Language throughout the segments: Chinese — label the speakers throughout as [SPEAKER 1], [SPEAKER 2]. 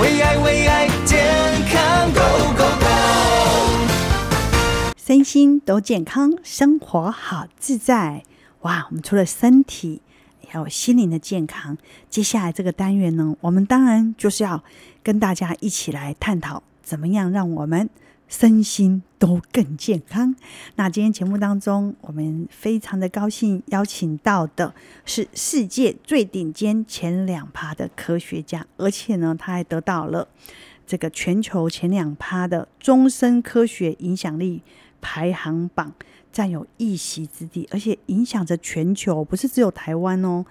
[SPEAKER 1] 为爱为爱健康 Go Go
[SPEAKER 2] 身心都健康，生活好自在。哇，我们除了身体，还有心灵的健康。接下来这个单元呢，我们当然就是要跟大家一起来探讨，怎么样让我们身心都更健康。那今天节目当中，我们非常的高兴邀请到的是世界最顶尖前两趴的科学家，而且呢，他还得到了。这个全球前两趴的终身科学影响力排行榜占有一席之地，而且影响着全球，不是只有台湾哦，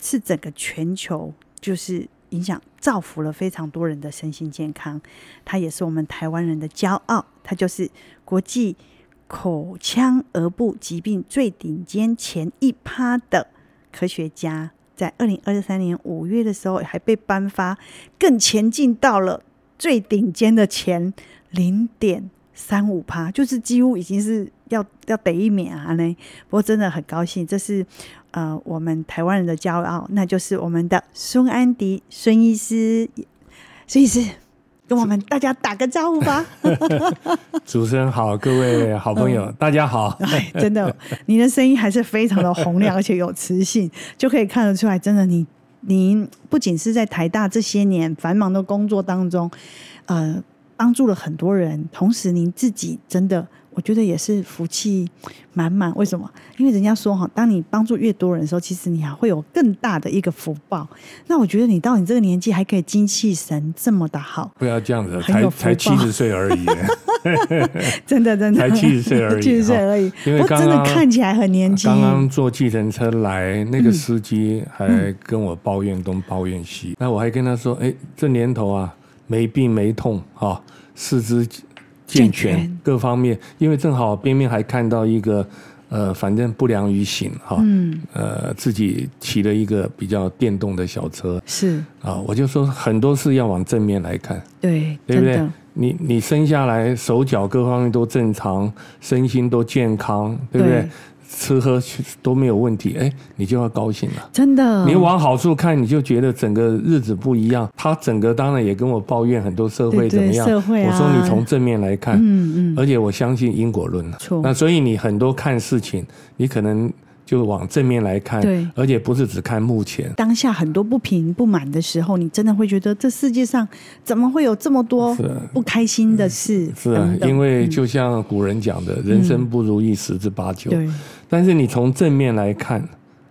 [SPEAKER 2] 是整个全球，就是影响造福了非常多人的身心健康。它也是我们台湾人的骄傲，它就是国际口腔颌部疾病最顶尖前一趴的科学家。在二零二三年五月的时候，还被颁发更前进到了最顶尖的前零点三五趴，就是几乎已经是要要得一免啊呢。不过真的很高兴，这是呃我们台湾人的骄傲，那就是我们的孙安迪孙医师，孙医师跟我们大家打个招呼吧。
[SPEAKER 3] 主持人好，各位好
[SPEAKER 2] 嗯
[SPEAKER 3] 朋友，大家好。
[SPEAKER 2] 哎， 真的，你的声音还是非常的洪 亮，而且有磁性，就可以看得出来，真的你你不仅是在台大这些年繁忙的工作当中，呃，帮助了很多人，同时您自己真的。我觉得也是福气满满，为什么？因为人家说哈，当你帮助越多人的时候，其实你还会有更大的一个福报。那我觉得你到你这个年纪还可以精气神这么的好，
[SPEAKER 3] 不要这样子，
[SPEAKER 2] 很
[SPEAKER 3] 才
[SPEAKER 2] 有福报
[SPEAKER 3] 才七十岁而已，
[SPEAKER 2] 真的真的
[SPEAKER 3] 才70岁 而已
[SPEAKER 2] 70岁而已
[SPEAKER 3] 哈，因为
[SPEAKER 2] 我
[SPEAKER 3] 刚
[SPEAKER 2] 真的
[SPEAKER 3] 刚
[SPEAKER 2] 看起来很 年轻。
[SPEAKER 3] 刚刚坐计程车来，那个司机还跟我抱怨东抱怨
[SPEAKER 2] 嗯
[SPEAKER 3] 西，那我还跟他说：“哎，这年头啊，没病没痛哈、四肢健
[SPEAKER 2] 健全
[SPEAKER 3] 全各方面。”因为正好边边还看到一个呃，反正不良于行哈，
[SPEAKER 2] 嗯，
[SPEAKER 3] 呃，自己骑了一个比较电动的小车
[SPEAKER 2] 是
[SPEAKER 3] 啊，我就说很多事要往正面来看，
[SPEAKER 2] 对，
[SPEAKER 3] 对
[SPEAKER 2] 真
[SPEAKER 3] 不对
[SPEAKER 2] 的？
[SPEAKER 3] 你你生下来手脚各方面都正常，身心都健康，对不对？
[SPEAKER 2] 对
[SPEAKER 3] 吃喝都没有问题，哎，你就要高兴了。
[SPEAKER 2] 真的，
[SPEAKER 3] 你往好处看，你就觉得整个日子不一样。他整个当然也跟我抱怨很多社
[SPEAKER 2] 对对
[SPEAKER 3] 会怎么样，
[SPEAKER 2] 社会啊
[SPEAKER 3] 我说你从正面来看，
[SPEAKER 2] 嗯嗯，
[SPEAKER 3] 而且我相信因果论啊
[SPEAKER 2] 错
[SPEAKER 3] 那所以你很多看事情，你可能就往正面来看，
[SPEAKER 2] 对
[SPEAKER 3] 而且不是只看目前。
[SPEAKER 2] 当下很多不平不满的时候，你真的会觉得这世界上怎么会有这么多
[SPEAKER 3] 是啊
[SPEAKER 2] 不开心的嗯事？
[SPEAKER 3] 是啊
[SPEAKER 2] 等，等
[SPEAKER 3] 因为就像古人讲的，人生不如意十之八九。
[SPEAKER 2] 对
[SPEAKER 3] 但是你从正面来看，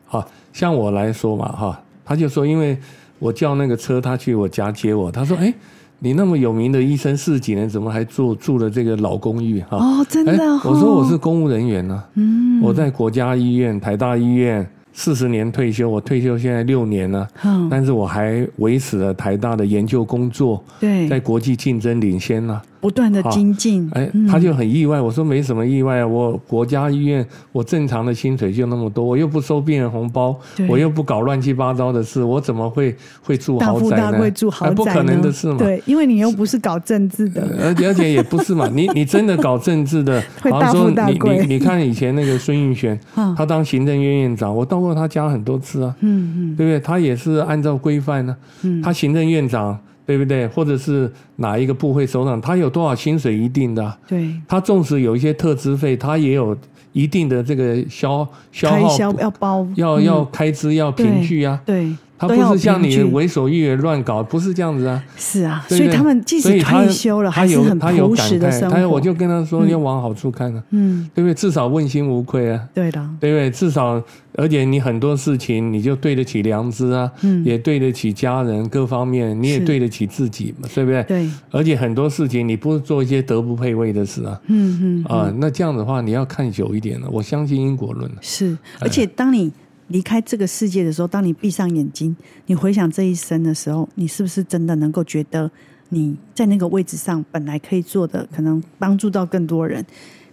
[SPEAKER 3] 哈，像我来说嘛，哈，他就说，因为我叫那个车，他去我家接我，他说，哎，你那么有名的医生，四十几年怎么还住住了这个老公寓？哈，
[SPEAKER 2] 哦，真的
[SPEAKER 3] 哎
[SPEAKER 2] 哦，
[SPEAKER 3] 我说我是公务人员呢、
[SPEAKER 2] 嗯
[SPEAKER 3] 我在国家医院、台大医院四十年退休，我退休现在六年了、
[SPEAKER 2] 嗯
[SPEAKER 3] 但是我还维持了台大的研究工作，在
[SPEAKER 2] 对，
[SPEAKER 3] 国际竞争领先呢、
[SPEAKER 2] 不断的精进，
[SPEAKER 3] 哎
[SPEAKER 2] 嗯，
[SPEAKER 3] 他就很意外。我说没什么意外啊，我国家医院我正常的薪水就那么多，我又不收病人红包
[SPEAKER 2] 对，
[SPEAKER 3] 我又不搞乱七八糟的事，我怎么会会住
[SPEAKER 2] 大
[SPEAKER 3] 豪
[SPEAKER 2] 富
[SPEAKER 3] 宅
[SPEAKER 2] 大
[SPEAKER 3] 呢？
[SPEAKER 2] 贵住豪宅
[SPEAKER 3] 哎
[SPEAKER 2] 呢，
[SPEAKER 3] 不可能的事嘛。
[SPEAKER 2] 对，因为你又不是搞政治的，
[SPEAKER 3] 呃而且而且也不是嘛，你你真的搞政治的，
[SPEAKER 2] 会
[SPEAKER 3] 好像
[SPEAKER 2] 大富
[SPEAKER 3] 说
[SPEAKER 2] 大
[SPEAKER 3] 你
[SPEAKER 2] 贵
[SPEAKER 3] 你你看以前那个孙运璇
[SPEAKER 2] 嗯，
[SPEAKER 3] 他当行政院院长，我到过他家很多次啊，
[SPEAKER 2] 嗯嗯
[SPEAKER 3] 对不对？他也是按照规范呢、
[SPEAKER 2] 嗯
[SPEAKER 3] 他行政院长对不对？或者是哪一个部会首长，他有多少薪水一定的啊、
[SPEAKER 2] 对，
[SPEAKER 3] 他纵使有一些特支费，他也有一定的这个消消
[SPEAKER 2] 开
[SPEAKER 3] 耗，
[SPEAKER 2] 销要包
[SPEAKER 3] 要
[SPEAKER 2] 嗯
[SPEAKER 3] 要开支要凭据啊。
[SPEAKER 2] 对，
[SPEAKER 3] 他
[SPEAKER 2] 都
[SPEAKER 3] 不
[SPEAKER 2] 要
[SPEAKER 3] 是像
[SPEAKER 2] 凭
[SPEAKER 3] 你
[SPEAKER 2] 据
[SPEAKER 3] 为所欲为乱搞，不是这样子啊。
[SPEAKER 2] 是啊，
[SPEAKER 3] 对
[SPEAKER 2] 所以
[SPEAKER 3] 不对
[SPEAKER 2] 他们即
[SPEAKER 3] 所
[SPEAKER 2] 使
[SPEAKER 3] 以他
[SPEAKER 2] 退休了，
[SPEAKER 3] 他
[SPEAKER 2] 还是
[SPEAKER 3] 有
[SPEAKER 2] 很
[SPEAKER 3] 他有
[SPEAKER 2] 朴
[SPEAKER 3] 感
[SPEAKER 2] 实的
[SPEAKER 3] 慨，
[SPEAKER 2] 生
[SPEAKER 3] 他我
[SPEAKER 2] 活。
[SPEAKER 3] 就跟他说要往好处看啊，
[SPEAKER 2] 嗯，
[SPEAKER 3] 对不对？至少问心无愧啊，
[SPEAKER 2] 对的，
[SPEAKER 3] 对不对？至少而且你很多事情你就对得起良知啊，
[SPEAKER 2] 嗯
[SPEAKER 3] 也对得起家人各方面，你也
[SPEAKER 2] 是
[SPEAKER 3] 对得起自己嘛，对不对？
[SPEAKER 2] 对，
[SPEAKER 3] 而且很多事情你不是做一些德不配位的事啊，
[SPEAKER 2] 嗯嗯
[SPEAKER 3] 啊、那这样的话你要看久一点了。我相信因果论了
[SPEAKER 2] 是，而
[SPEAKER 3] 哎
[SPEAKER 2] 且当你离开这个世界的时候，当你闭上眼睛，你回想这一生的时候，你是不是真的能够觉得你在那个位置上本来可以做的，可能帮助到更多人，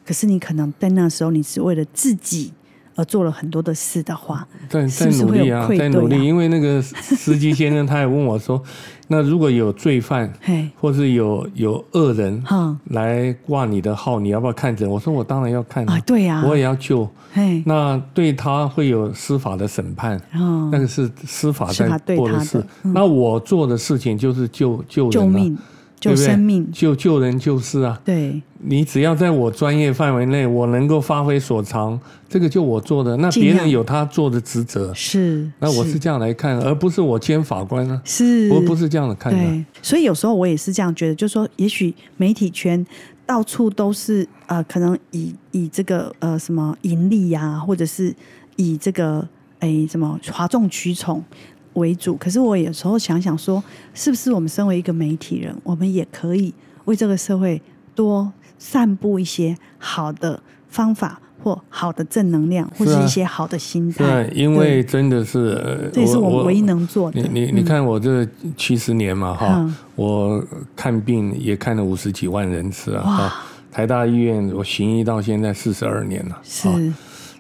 [SPEAKER 2] 可是你可能在那时候你是为了自己而做了很多的事的话，
[SPEAKER 3] 在
[SPEAKER 2] 是
[SPEAKER 3] 在
[SPEAKER 2] 不是
[SPEAKER 3] 努
[SPEAKER 2] 会有
[SPEAKER 3] 力啊，
[SPEAKER 2] 愧
[SPEAKER 3] 在
[SPEAKER 2] 对
[SPEAKER 3] 努
[SPEAKER 2] 啊
[SPEAKER 3] 力，因为那个司 机先生他也问我说，那如果有罪犯
[SPEAKER 2] 嘿，
[SPEAKER 3] 或是有有恶人
[SPEAKER 2] 哈、
[SPEAKER 3] 来挂你的号，你要不要看诊？我说我当然要看
[SPEAKER 2] 啊，对呀、
[SPEAKER 3] 嗯我也要救。
[SPEAKER 2] 嘿，
[SPEAKER 3] 那对他会有司法的审判，
[SPEAKER 2] 哦
[SPEAKER 3] 那个是司法
[SPEAKER 2] 司法
[SPEAKER 3] 在
[SPEAKER 2] 对
[SPEAKER 3] 做
[SPEAKER 2] 他的嗯
[SPEAKER 3] 事。那我做的事情就是救救人、
[SPEAKER 2] 救
[SPEAKER 3] 啊、
[SPEAKER 2] 命，
[SPEAKER 3] 对
[SPEAKER 2] 救
[SPEAKER 3] 不对
[SPEAKER 2] 生命，
[SPEAKER 3] 救救人救世啊！
[SPEAKER 2] 对，
[SPEAKER 3] 你只要在我专业范围内，我能够发挥所长，这个就我做的。那
[SPEAKER 2] 尽
[SPEAKER 3] 别
[SPEAKER 2] 量
[SPEAKER 3] 人有他做的职责，
[SPEAKER 2] 是。
[SPEAKER 3] 那我是这样来看，而不是我兼法官啊，
[SPEAKER 2] 是，
[SPEAKER 3] 我不是这样的看的。
[SPEAKER 2] 对，所以有时候我也是这样觉得，就是说，也许媒体圈到处都是呃，可能以以这个呃什么盈利呀、或者是以这个诶什么哗众取宠为主。可是我有时候想想说，是不是我们身为一个媒体人，我们也可以为这个社会多散布一些好的方法或好的正能量，或
[SPEAKER 3] 是
[SPEAKER 2] 是
[SPEAKER 3] 啊
[SPEAKER 2] 一些好的心态。
[SPEAKER 3] 对，因为真的是，呃
[SPEAKER 2] 哎这也是我们唯一能做的
[SPEAKER 3] 你你你看我这七十年嘛哈
[SPEAKER 2] 嗯，
[SPEAKER 3] 我看病也看了五十几万人次啊。
[SPEAKER 2] 哇
[SPEAKER 3] 哈台大医院我行医到现在四十二年了，
[SPEAKER 2] 是
[SPEAKER 3] 哈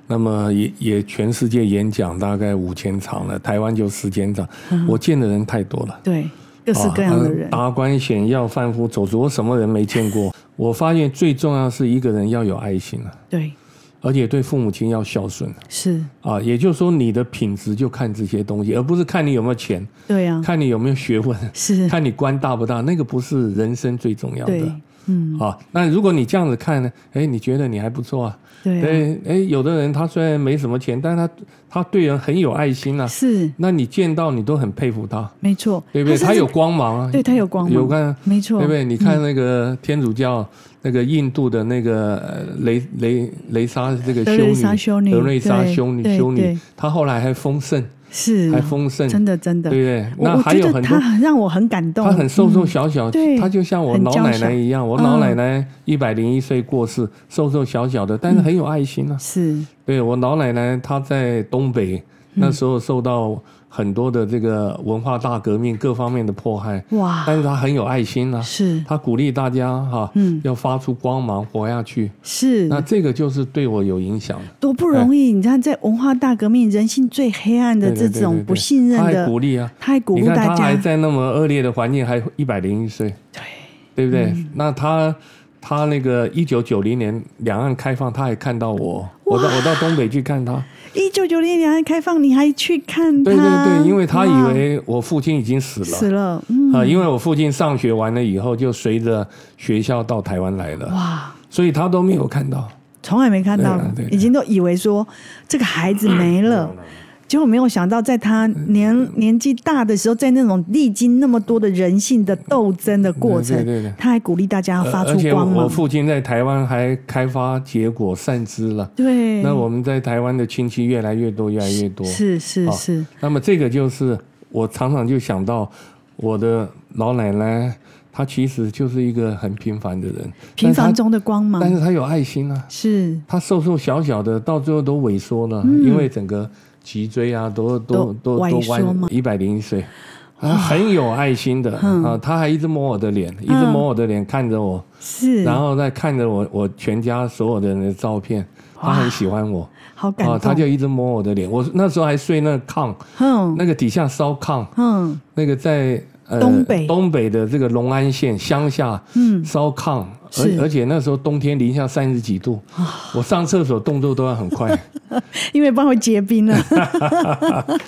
[SPEAKER 3] 那么也也全世界演讲大概五千场了，台湾就四千场，
[SPEAKER 2] 嗯
[SPEAKER 3] 我见的人太多了。
[SPEAKER 2] 对各 式各样的人，
[SPEAKER 3] 啊呃达官显要、贩夫走卒，我什么人没见过？我发现最重要是一个人要有爱心啊，
[SPEAKER 2] 对，
[SPEAKER 3] 而且对父母亲要孝顺
[SPEAKER 2] 是，
[SPEAKER 3] 啊。也就是说，你的品质就看这些东西，而不是看你有没有钱，
[SPEAKER 2] 对啊，
[SPEAKER 3] 看你有没有学问，
[SPEAKER 2] 是，
[SPEAKER 3] 看你官大不大，那个不是人生最重要
[SPEAKER 2] 对
[SPEAKER 3] 的。，
[SPEAKER 2] 嗯，
[SPEAKER 3] 啊，那如果你这样子看呢？哎，你觉得你还不错啊？
[SPEAKER 2] 对啊，
[SPEAKER 3] 对，哎，有的人他虽然没什么钱，但他他对人很有爱心啊。
[SPEAKER 2] 是
[SPEAKER 3] 那你见到你都很佩服他，
[SPEAKER 2] 没错，
[SPEAKER 3] 对不对？
[SPEAKER 2] 甚
[SPEAKER 3] 他
[SPEAKER 2] 至
[SPEAKER 3] 有，光芒啊，
[SPEAKER 2] 对他有光芒，
[SPEAKER 3] 有看，
[SPEAKER 2] 没错，嗯
[SPEAKER 3] 对不对？你看那个天主教那个印度的那个呃雷雷雷莎这个
[SPEAKER 2] 德
[SPEAKER 3] 修
[SPEAKER 2] 瑞
[SPEAKER 3] 女，
[SPEAKER 2] 莎修女
[SPEAKER 3] 德瑞莎
[SPEAKER 2] 对
[SPEAKER 3] 修女
[SPEAKER 2] 对
[SPEAKER 3] 修女
[SPEAKER 2] 对，
[SPEAKER 3] 她后来还丰盛，
[SPEAKER 2] 是
[SPEAKER 3] 还丰盛，
[SPEAKER 2] 真
[SPEAKER 3] 对
[SPEAKER 2] 的真
[SPEAKER 3] 不
[SPEAKER 2] 的，
[SPEAKER 3] 对？
[SPEAKER 2] 我
[SPEAKER 3] 那
[SPEAKER 2] 我
[SPEAKER 3] 还
[SPEAKER 2] 觉
[SPEAKER 3] 有
[SPEAKER 2] 得
[SPEAKER 3] 很多
[SPEAKER 2] 他，很让我很感动，
[SPEAKER 3] 她很瘦瘦
[SPEAKER 2] 嗯
[SPEAKER 3] 小小，
[SPEAKER 2] 对
[SPEAKER 3] 她就像我
[SPEAKER 2] 很
[SPEAKER 3] 老
[SPEAKER 2] 娇
[SPEAKER 3] 奶
[SPEAKER 2] 小
[SPEAKER 3] 奶一样，我
[SPEAKER 2] 嗯
[SPEAKER 3] 老奶奶一百零一岁过世，瘦瘦小小的，但是很有爱心啊。
[SPEAKER 2] 是
[SPEAKER 3] 对我老奶奶，她在东北
[SPEAKER 2] 嗯
[SPEAKER 3] 那时候受到很多的这个文化大革命各方面的迫害，
[SPEAKER 2] 哇，
[SPEAKER 3] 但是她很有爱心啊。
[SPEAKER 2] 是
[SPEAKER 3] 他鼓励大家哈、
[SPEAKER 2] 嗯
[SPEAKER 3] 要发出光芒，活下去。
[SPEAKER 2] 是
[SPEAKER 3] 那这个就是对我有影响的。
[SPEAKER 2] 多不容易，你看在文化大革命，人性最黑暗的
[SPEAKER 3] 对对
[SPEAKER 2] 这
[SPEAKER 3] 对对
[SPEAKER 2] 种
[SPEAKER 3] 对
[SPEAKER 2] 不信任
[SPEAKER 3] 他还
[SPEAKER 2] 的，
[SPEAKER 3] 鼓励啊，
[SPEAKER 2] 他还鼓
[SPEAKER 3] 你
[SPEAKER 2] 励
[SPEAKER 3] 看
[SPEAKER 2] 大
[SPEAKER 3] 他还
[SPEAKER 2] 家，
[SPEAKER 3] 在那么恶劣的环境，还一百零一岁，
[SPEAKER 2] 对，
[SPEAKER 3] 对不对？
[SPEAKER 2] 嗯
[SPEAKER 3] 那他他那个一九九零年两岸开放，他也看到我，我到我到东北去看他。
[SPEAKER 2] 一九九零年开放，你还去看他，
[SPEAKER 3] 对对对，因为他以
[SPEAKER 2] 哇
[SPEAKER 3] 为我父亲已经死了。
[SPEAKER 2] 死了，嗯，
[SPEAKER 3] 啊、因为我父亲上学完了以后，就随着学校到台湾来了，
[SPEAKER 2] 哇。
[SPEAKER 3] 所以他都没有看到。
[SPEAKER 2] 从来没看到
[SPEAKER 3] 对啊嗯对，啊
[SPEAKER 2] 已经都以为说这个孩子没了，结果没有想到，在他
[SPEAKER 3] 嗯
[SPEAKER 2] 年年纪大的时候，在那种历经那么多的人性的斗争的过
[SPEAKER 3] 对对对
[SPEAKER 2] 程
[SPEAKER 3] 对，
[SPEAKER 2] 他还鼓励大家要
[SPEAKER 3] 呃
[SPEAKER 2] 发出
[SPEAKER 3] 而且我
[SPEAKER 2] 光
[SPEAKER 3] 我
[SPEAKER 2] 芒。
[SPEAKER 3] 父亲在台湾还开发结果善知了。
[SPEAKER 2] 对，
[SPEAKER 3] 那我们在台湾的亲戚越来越多，越来越多。
[SPEAKER 2] 嗯是是
[SPEAKER 3] 啊
[SPEAKER 2] 是，
[SPEAKER 3] 那么这个就是我常常就想到我的老奶奶，她其实就是一个很平凡的人，
[SPEAKER 2] 平凡
[SPEAKER 3] 但是
[SPEAKER 2] 中的光
[SPEAKER 3] 她，但
[SPEAKER 2] 芒
[SPEAKER 3] 是她有爱心啊。
[SPEAKER 2] 是
[SPEAKER 3] 她瘦瘦小小的，到最后都萎缩了，啊因为整个脊椎啊都都
[SPEAKER 2] 嗯都
[SPEAKER 3] 都
[SPEAKER 2] 萎
[SPEAKER 3] 都
[SPEAKER 2] 缩吗啊
[SPEAKER 3] 弯一百零一岁。她很有爱心的
[SPEAKER 2] 嗯
[SPEAKER 3] 啊，她还一直摸我的脸，一直摸我的脸，看着我，
[SPEAKER 2] 是，
[SPEAKER 3] 然后再看着我我全家所有的人的照片，他很喜欢我
[SPEAKER 2] 好感动，
[SPEAKER 3] 啊，他就一直摸我的脸。我那时候还睡那个炕，
[SPEAKER 2] 哼
[SPEAKER 3] 那个底下烧炕，
[SPEAKER 2] 哼，
[SPEAKER 3] 那个在。呃
[SPEAKER 2] 嗯东北
[SPEAKER 3] 东北的这个隆安县乡下，
[SPEAKER 2] 嗯
[SPEAKER 3] 烧炕，
[SPEAKER 2] 是啊
[SPEAKER 3] 而而且那时候冬天零下三十几度，我上厕所动作都要 很快，
[SPEAKER 2] 因为帮我结冰了。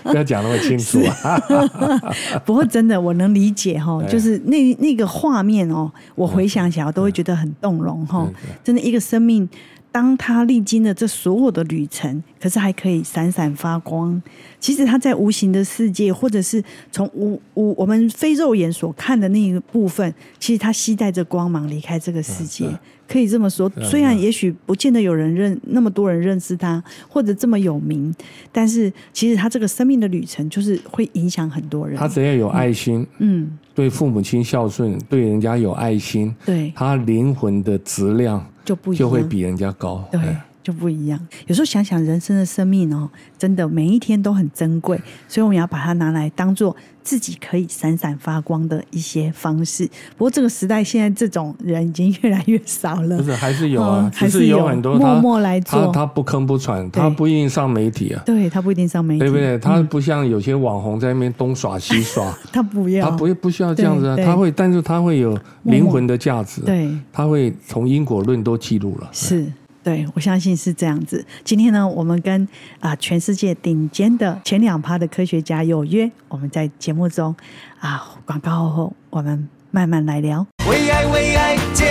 [SPEAKER 3] 不要讲那么清楚啊。
[SPEAKER 2] 不过真的，我能理解哈，
[SPEAKER 3] 哎
[SPEAKER 2] 就是那那个画面哦，我回想起来我都会觉得很动容哈
[SPEAKER 3] 嗯对。
[SPEAKER 2] 真的，一个生命，当他历经了这所有的旅程，可是还可以闪闪发光。其实他在无形的世界，或者是从无无我们非肉眼所看的那一个部分，其实他携带着光芒离开这个世
[SPEAKER 3] 嗯
[SPEAKER 2] 界。可以这么
[SPEAKER 3] 啊
[SPEAKER 2] 说，虽然也许不见得有人认那么多人认识他，或者这么有名，但是其实他这个生命的旅程就是会影响很多人。
[SPEAKER 3] 他只要有爱心，
[SPEAKER 2] 嗯，
[SPEAKER 3] 对父母亲孝顺，对人家有爱心，
[SPEAKER 2] 对，
[SPEAKER 3] 他灵魂的质量
[SPEAKER 2] 就不一样
[SPEAKER 3] 就会比人家高。
[SPEAKER 2] 对
[SPEAKER 3] 哎，
[SPEAKER 2] 就不一样。有时候想想人生的生命哦，真的每一天都很珍贵，所以我们要把它拿来当做自己可以闪闪发光的一些方式。不过这个时代现在这种人已经越来越少了
[SPEAKER 3] 不，是还是有啊
[SPEAKER 2] 嗯，
[SPEAKER 3] 只
[SPEAKER 2] 还是
[SPEAKER 3] 是
[SPEAKER 2] 有
[SPEAKER 3] 有很多他
[SPEAKER 2] 默默来做
[SPEAKER 3] 他他不吭不喘，
[SPEAKER 2] 对
[SPEAKER 3] 他不一定上媒体啊，
[SPEAKER 2] 对他不一定上媒体，嗯
[SPEAKER 3] 对不对？他不像有些网红在那边东耍 西耍，
[SPEAKER 2] 他不要，
[SPEAKER 3] 他不不需要这样子啊，
[SPEAKER 2] 对对
[SPEAKER 3] 他会，但是他会有灵魂的价值，，
[SPEAKER 2] 对。
[SPEAKER 3] 他会从因果论都记录了，
[SPEAKER 2] 是。对，我相信是这样子。今天呢，我们跟啊、全世界顶尖的前两趴的科学家有约，我们在节目中啊、广告后，我们慢慢来聊。
[SPEAKER 1] 为爱为爱健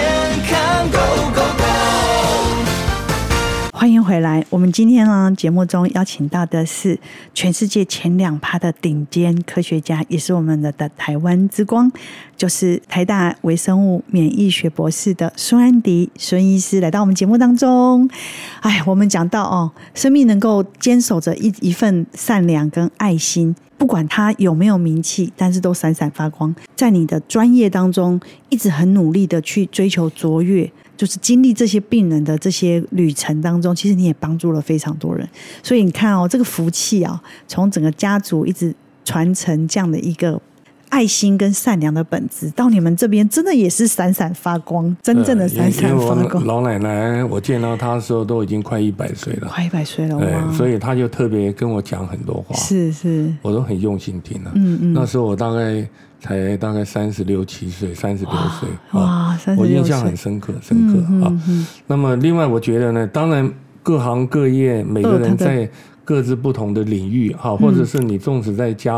[SPEAKER 1] 康 Go Go Go，
[SPEAKER 2] 欢迎回来。我们今天呢，节目中邀请到的是全世界前两趴的顶尖科学家，也是我们的的台湾之光，就是台大微生物免疫学博士的孙安迪孙医师来到我们节目当中。哎，我们讲到哦，生命能够坚守着一一份善良跟爱心。不管他有没有名气，但是都闪闪发光，在你的专业当中一直很努力的去追求卓越，就是经历这些病人的这些旅程当中，其实你也帮助了非常多人。所以你看哦，这个福气啊，从整个家族一直传承这样的一个。爱心跟善良的本质，到你们这边真的也是闪闪发光，真正的
[SPEAKER 3] 呃
[SPEAKER 2] 闪闪
[SPEAKER 3] 因为
[SPEAKER 2] 发
[SPEAKER 3] 我
[SPEAKER 2] 光。
[SPEAKER 3] 老奶奶，我见到她的时候都已经快一百岁了，
[SPEAKER 2] 快一百岁了哇！
[SPEAKER 3] 对，哎所以她就特别跟我讲很多话，
[SPEAKER 2] 是是，
[SPEAKER 3] 我都很用心听了，嗯嗯，那时候我大概才大概三十六七岁，三十六岁，哦
[SPEAKER 2] 哇，三十
[SPEAKER 3] 啊我
[SPEAKER 2] 六
[SPEAKER 3] 印
[SPEAKER 2] 岁
[SPEAKER 3] 象，很深
[SPEAKER 2] 嗯
[SPEAKER 3] 刻，深刻啊。那么，另外我觉得呢，当然各行各业每
[SPEAKER 2] 都有
[SPEAKER 3] 个
[SPEAKER 2] 它
[SPEAKER 3] 人
[SPEAKER 2] 的嗯
[SPEAKER 3] 在各自不同的领域哈，或者是你纵使在家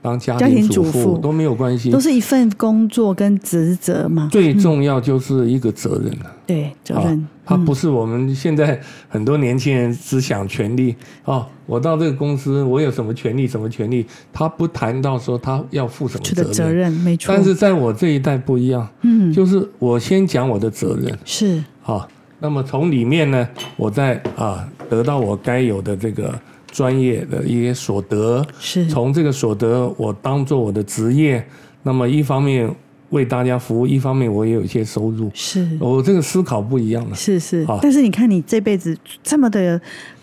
[SPEAKER 3] 当家
[SPEAKER 2] 家庭
[SPEAKER 3] 庭
[SPEAKER 2] 主
[SPEAKER 3] 主妇
[SPEAKER 2] 妇
[SPEAKER 3] 都没有关系
[SPEAKER 2] 都。是一份工作跟职责嘛。
[SPEAKER 3] 最重要就是一个责任了
[SPEAKER 2] 对，责
[SPEAKER 3] 啊
[SPEAKER 2] 任，，嗯
[SPEAKER 3] 它不是我们现在很多年轻人只想权利哦，我到这个公司我有什么权利什么权利，他不谈到说他要负什么
[SPEAKER 2] 出的
[SPEAKER 3] 责
[SPEAKER 2] 责
[SPEAKER 3] 任。
[SPEAKER 2] 任没错。
[SPEAKER 3] 但是在我这一代不一样，
[SPEAKER 2] 嗯，
[SPEAKER 3] 就是我先讲我的责任，
[SPEAKER 2] 是
[SPEAKER 3] 好，那么从里面呢，我再啊得到我该有的这个专业的一些所得，
[SPEAKER 2] 是
[SPEAKER 3] 从这个所得我当做我的职业，那么一方面为大家服务，一方面我也有一些收入，
[SPEAKER 2] 是
[SPEAKER 3] 我这个思考不一样了。
[SPEAKER 2] 是是
[SPEAKER 3] 好，
[SPEAKER 2] 但是你看你这辈子这么的。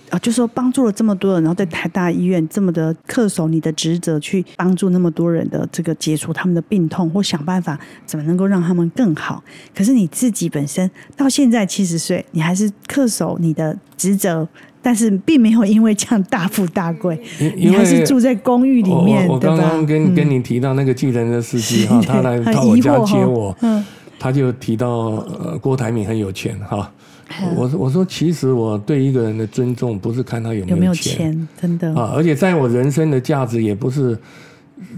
[SPEAKER 2] 啊，就说帮助了这么多人，然后在台大医院这么的恪守你的职责，去帮助那么多人的这个解除他们的病痛，或想办法怎么能够让他们更好。可是你自己本身到现在七十岁，你还是恪守你的职责，但是并没有因为这样大富大贵，
[SPEAKER 3] 因因
[SPEAKER 2] 你还是
[SPEAKER 3] 为
[SPEAKER 2] 住在公寓里
[SPEAKER 3] 我
[SPEAKER 2] 面，
[SPEAKER 3] 我我
[SPEAKER 2] 对
[SPEAKER 3] 刚
[SPEAKER 2] 吧嗯
[SPEAKER 3] 刚？跟跟你提到那个计程车司机哈，他 来
[SPEAKER 2] 很
[SPEAKER 3] 到我
[SPEAKER 2] 疑
[SPEAKER 3] 家
[SPEAKER 2] 惑
[SPEAKER 3] 接
[SPEAKER 2] 哦
[SPEAKER 3] 我，
[SPEAKER 2] 嗯
[SPEAKER 3] 他就提到呃郭台铭很有钱哈。
[SPEAKER 2] 嗯
[SPEAKER 3] 我说我说，其实我对一个人的尊重，不是看他有
[SPEAKER 2] 有没
[SPEAKER 3] 没
[SPEAKER 2] 有
[SPEAKER 3] 有钱，
[SPEAKER 2] 钱？真的，
[SPEAKER 3] 啊，而且在我人生的价值也不是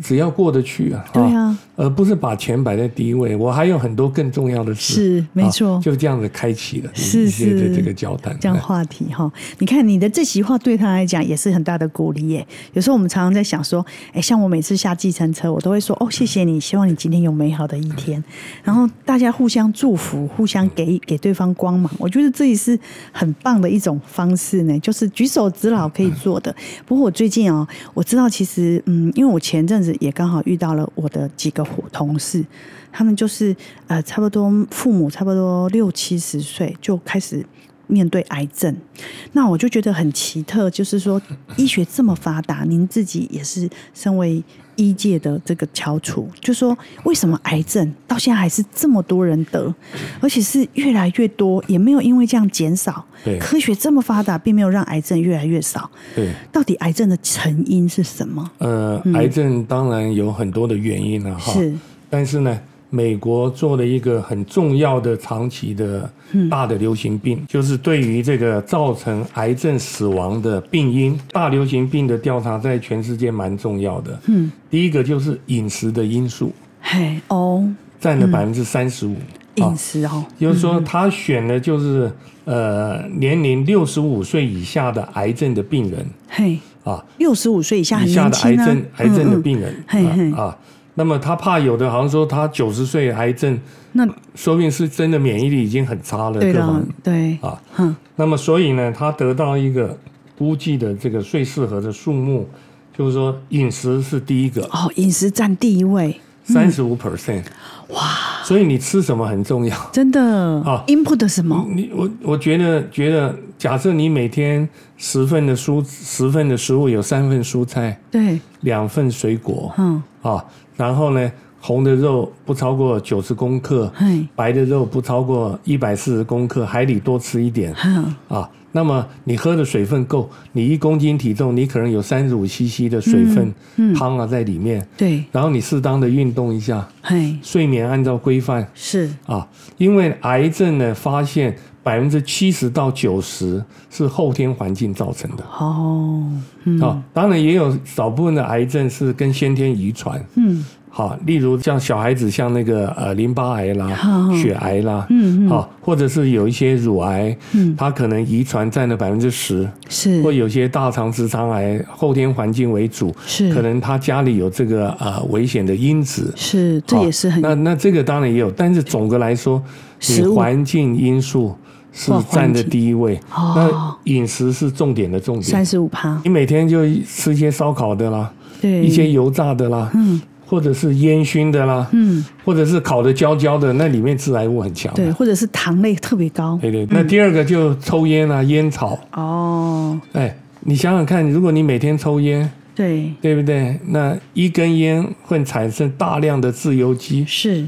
[SPEAKER 3] 只要过得去啊，
[SPEAKER 2] 对啊，
[SPEAKER 3] 而不是把钱摆在第一位，我还有很多更重要的事，
[SPEAKER 2] 是没错。
[SPEAKER 3] 啊就这样子开启了
[SPEAKER 2] 是
[SPEAKER 3] 一些
[SPEAKER 2] 是
[SPEAKER 3] 的这个交谈，
[SPEAKER 2] 这样
[SPEAKER 3] 哎
[SPEAKER 2] 话题哈，你看你的这席话对他来讲也是很大的鼓励耶。有时候我们常常在想说，哎，像我每次下计程车，我都会说哦，谢谢你，希望你今天有美好的一天。然后大家互相祝福，互相给给对方光芒，我觉得这也是很棒的一种方式呢，就是举手之劳可以做的。不过我最近哦，我知道其实嗯，因为我前阵子也刚好遇到了我的几个伙同事，他们就是呃，差不多父母差不多六七十岁就开始。面对癌症，那我就觉得很奇特，就是 说医学这么发达，您自己也是身为医界的这个翘楚，就说为什么癌症到现在还是这么多人得，而且是越来越多，也没有因为这样减少。
[SPEAKER 3] 对
[SPEAKER 2] 科学这么发达，并没有让癌症越来越少。
[SPEAKER 3] 对。
[SPEAKER 2] 到底癌症的成因是什么？
[SPEAKER 3] 呃，癌症当然有很多的原因了、
[SPEAKER 2] 嗯
[SPEAKER 3] 哈，
[SPEAKER 2] 是
[SPEAKER 3] 但是呢，美国做了一个很重要的长期的
[SPEAKER 2] 嗯
[SPEAKER 3] 大的流行病，就是对于这个造成癌症死亡的病因，大流行病的调查在全世界蛮重要的。嗯，第一个就是饮食的因素，
[SPEAKER 2] 嘿哦，
[SPEAKER 3] 占了百分之三十五。
[SPEAKER 2] 饮食哦，
[SPEAKER 3] 就是说，他选的就是呃年龄六十五岁以下的癌症的病人
[SPEAKER 2] 嘿，
[SPEAKER 3] 啊，
[SPEAKER 2] 六十五岁以下很
[SPEAKER 3] 以下
[SPEAKER 2] 年
[SPEAKER 3] 的癌
[SPEAKER 2] 轻啊，嗯
[SPEAKER 3] 症癌症的病人
[SPEAKER 2] 嘿嘿
[SPEAKER 3] 啊啊，那么他怕有的好像说他九十岁癌症，
[SPEAKER 2] 那
[SPEAKER 3] 说不定是真的免疫力已经很差了，
[SPEAKER 2] 对
[SPEAKER 3] 各
[SPEAKER 2] 了
[SPEAKER 3] 方，
[SPEAKER 2] 对，
[SPEAKER 3] 啊。
[SPEAKER 2] 哼，
[SPEAKER 3] 那么所以呢，他得到一个估计的这个最适合的数目，就是说饮食是第一个，
[SPEAKER 2] 啊嗯哦，饮食占第一位，
[SPEAKER 3] 三十五 percent，哇！所以你吃什么很重要。
[SPEAKER 2] 真的
[SPEAKER 3] 啊
[SPEAKER 2] input 什么？
[SPEAKER 3] 你我我觉得觉得，假设你每天十份的蔬十份的食物有三份蔬菜，
[SPEAKER 2] 对，
[SPEAKER 3] 两份水果，
[SPEAKER 2] 嗯，
[SPEAKER 3] 啊，然后呢，红的肉不超过九十公克，
[SPEAKER 2] 嘿，
[SPEAKER 3] 白的肉不超过一百四十公克，海里多吃一点
[SPEAKER 2] 嗯，
[SPEAKER 3] 啊。那么你喝的水分够，你一公斤体重，你可能有三十五 CC 的水分
[SPEAKER 2] 嗯嗯
[SPEAKER 3] 汤啊在里面，
[SPEAKER 2] 对，
[SPEAKER 3] 然后你适当的运动一下，
[SPEAKER 2] 嘿，
[SPEAKER 3] 睡眠按照规范
[SPEAKER 2] 是，
[SPEAKER 3] 啊，因为癌症呢发现百分之七十到九十是后天环境造成的。
[SPEAKER 2] 哦，嗯，
[SPEAKER 3] 啊，当然也有少部分的癌症是跟先天遗传，
[SPEAKER 2] 嗯，
[SPEAKER 3] 好，例如像小孩子像那个呃淋巴癌啦
[SPEAKER 2] 好、
[SPEAKER 3] 血癌啦，
[SPEAKER 2] 嗯嗯
[SPEAKER 3] 好，或者是有一些乳癌，
[SPEAKER 2] 嗯
[SPEAKER 3] 它可能遗传占了百分之十，
[SPEAKER 2] 是
[SPEAKER 3] 或有些大肠直肠癌后天环境为主，
[SPEAKER 2] 是，
[SPEAKER 3] 可能他家里有这个呃危险的因子，
[SPEAKER 2] 是，这
[SPEAKER 3] 好
[SPEAKER 2] 也是很
[SPEAKER 3] 那那这个当然也有，但是总的来说，你
[SPEAKER 2] 食物
[SPEAKER 3] 环境因素是
[SPEAKER 2] 或环
[SPEAKER 3] 占的
[SPEAKER 2] 境
[SPEAKER 3] 第一位，
[SPEAKER 2] 哦
[SPEAKER 3] 那饮食是重点的重点，
[SPEAKER 2] 三十五趴，
[SPEAKER 3] 你每天就吃一些烧烤的啦，
[SPEAKER 2] 对，
[SPEAKER 3] 一些油炸的啦，
[SPEAKER 2] 嗯
[SPEAKER 3] 或者是烟熏的啦，
[SPEAKER 2] 嗯，
[SPEAKER 3] 或者是烤的焦焦的，那里面致癌物很强。啊
[SPEAKER 2] 对，或嗯者是糖类特别高，
[SPEAKER 3] 对对。那第二个就抽烟啊，烟草。
[SPEAKER 2] 哦，
[SPEAKER 3] 哎，你想想看，如果你每天抽烟，
[SPEAKER 2] 对，
[SPEAKER 3] 对不对？那一根烟会产生大量的自由基，
[SPEAKER 2] 是，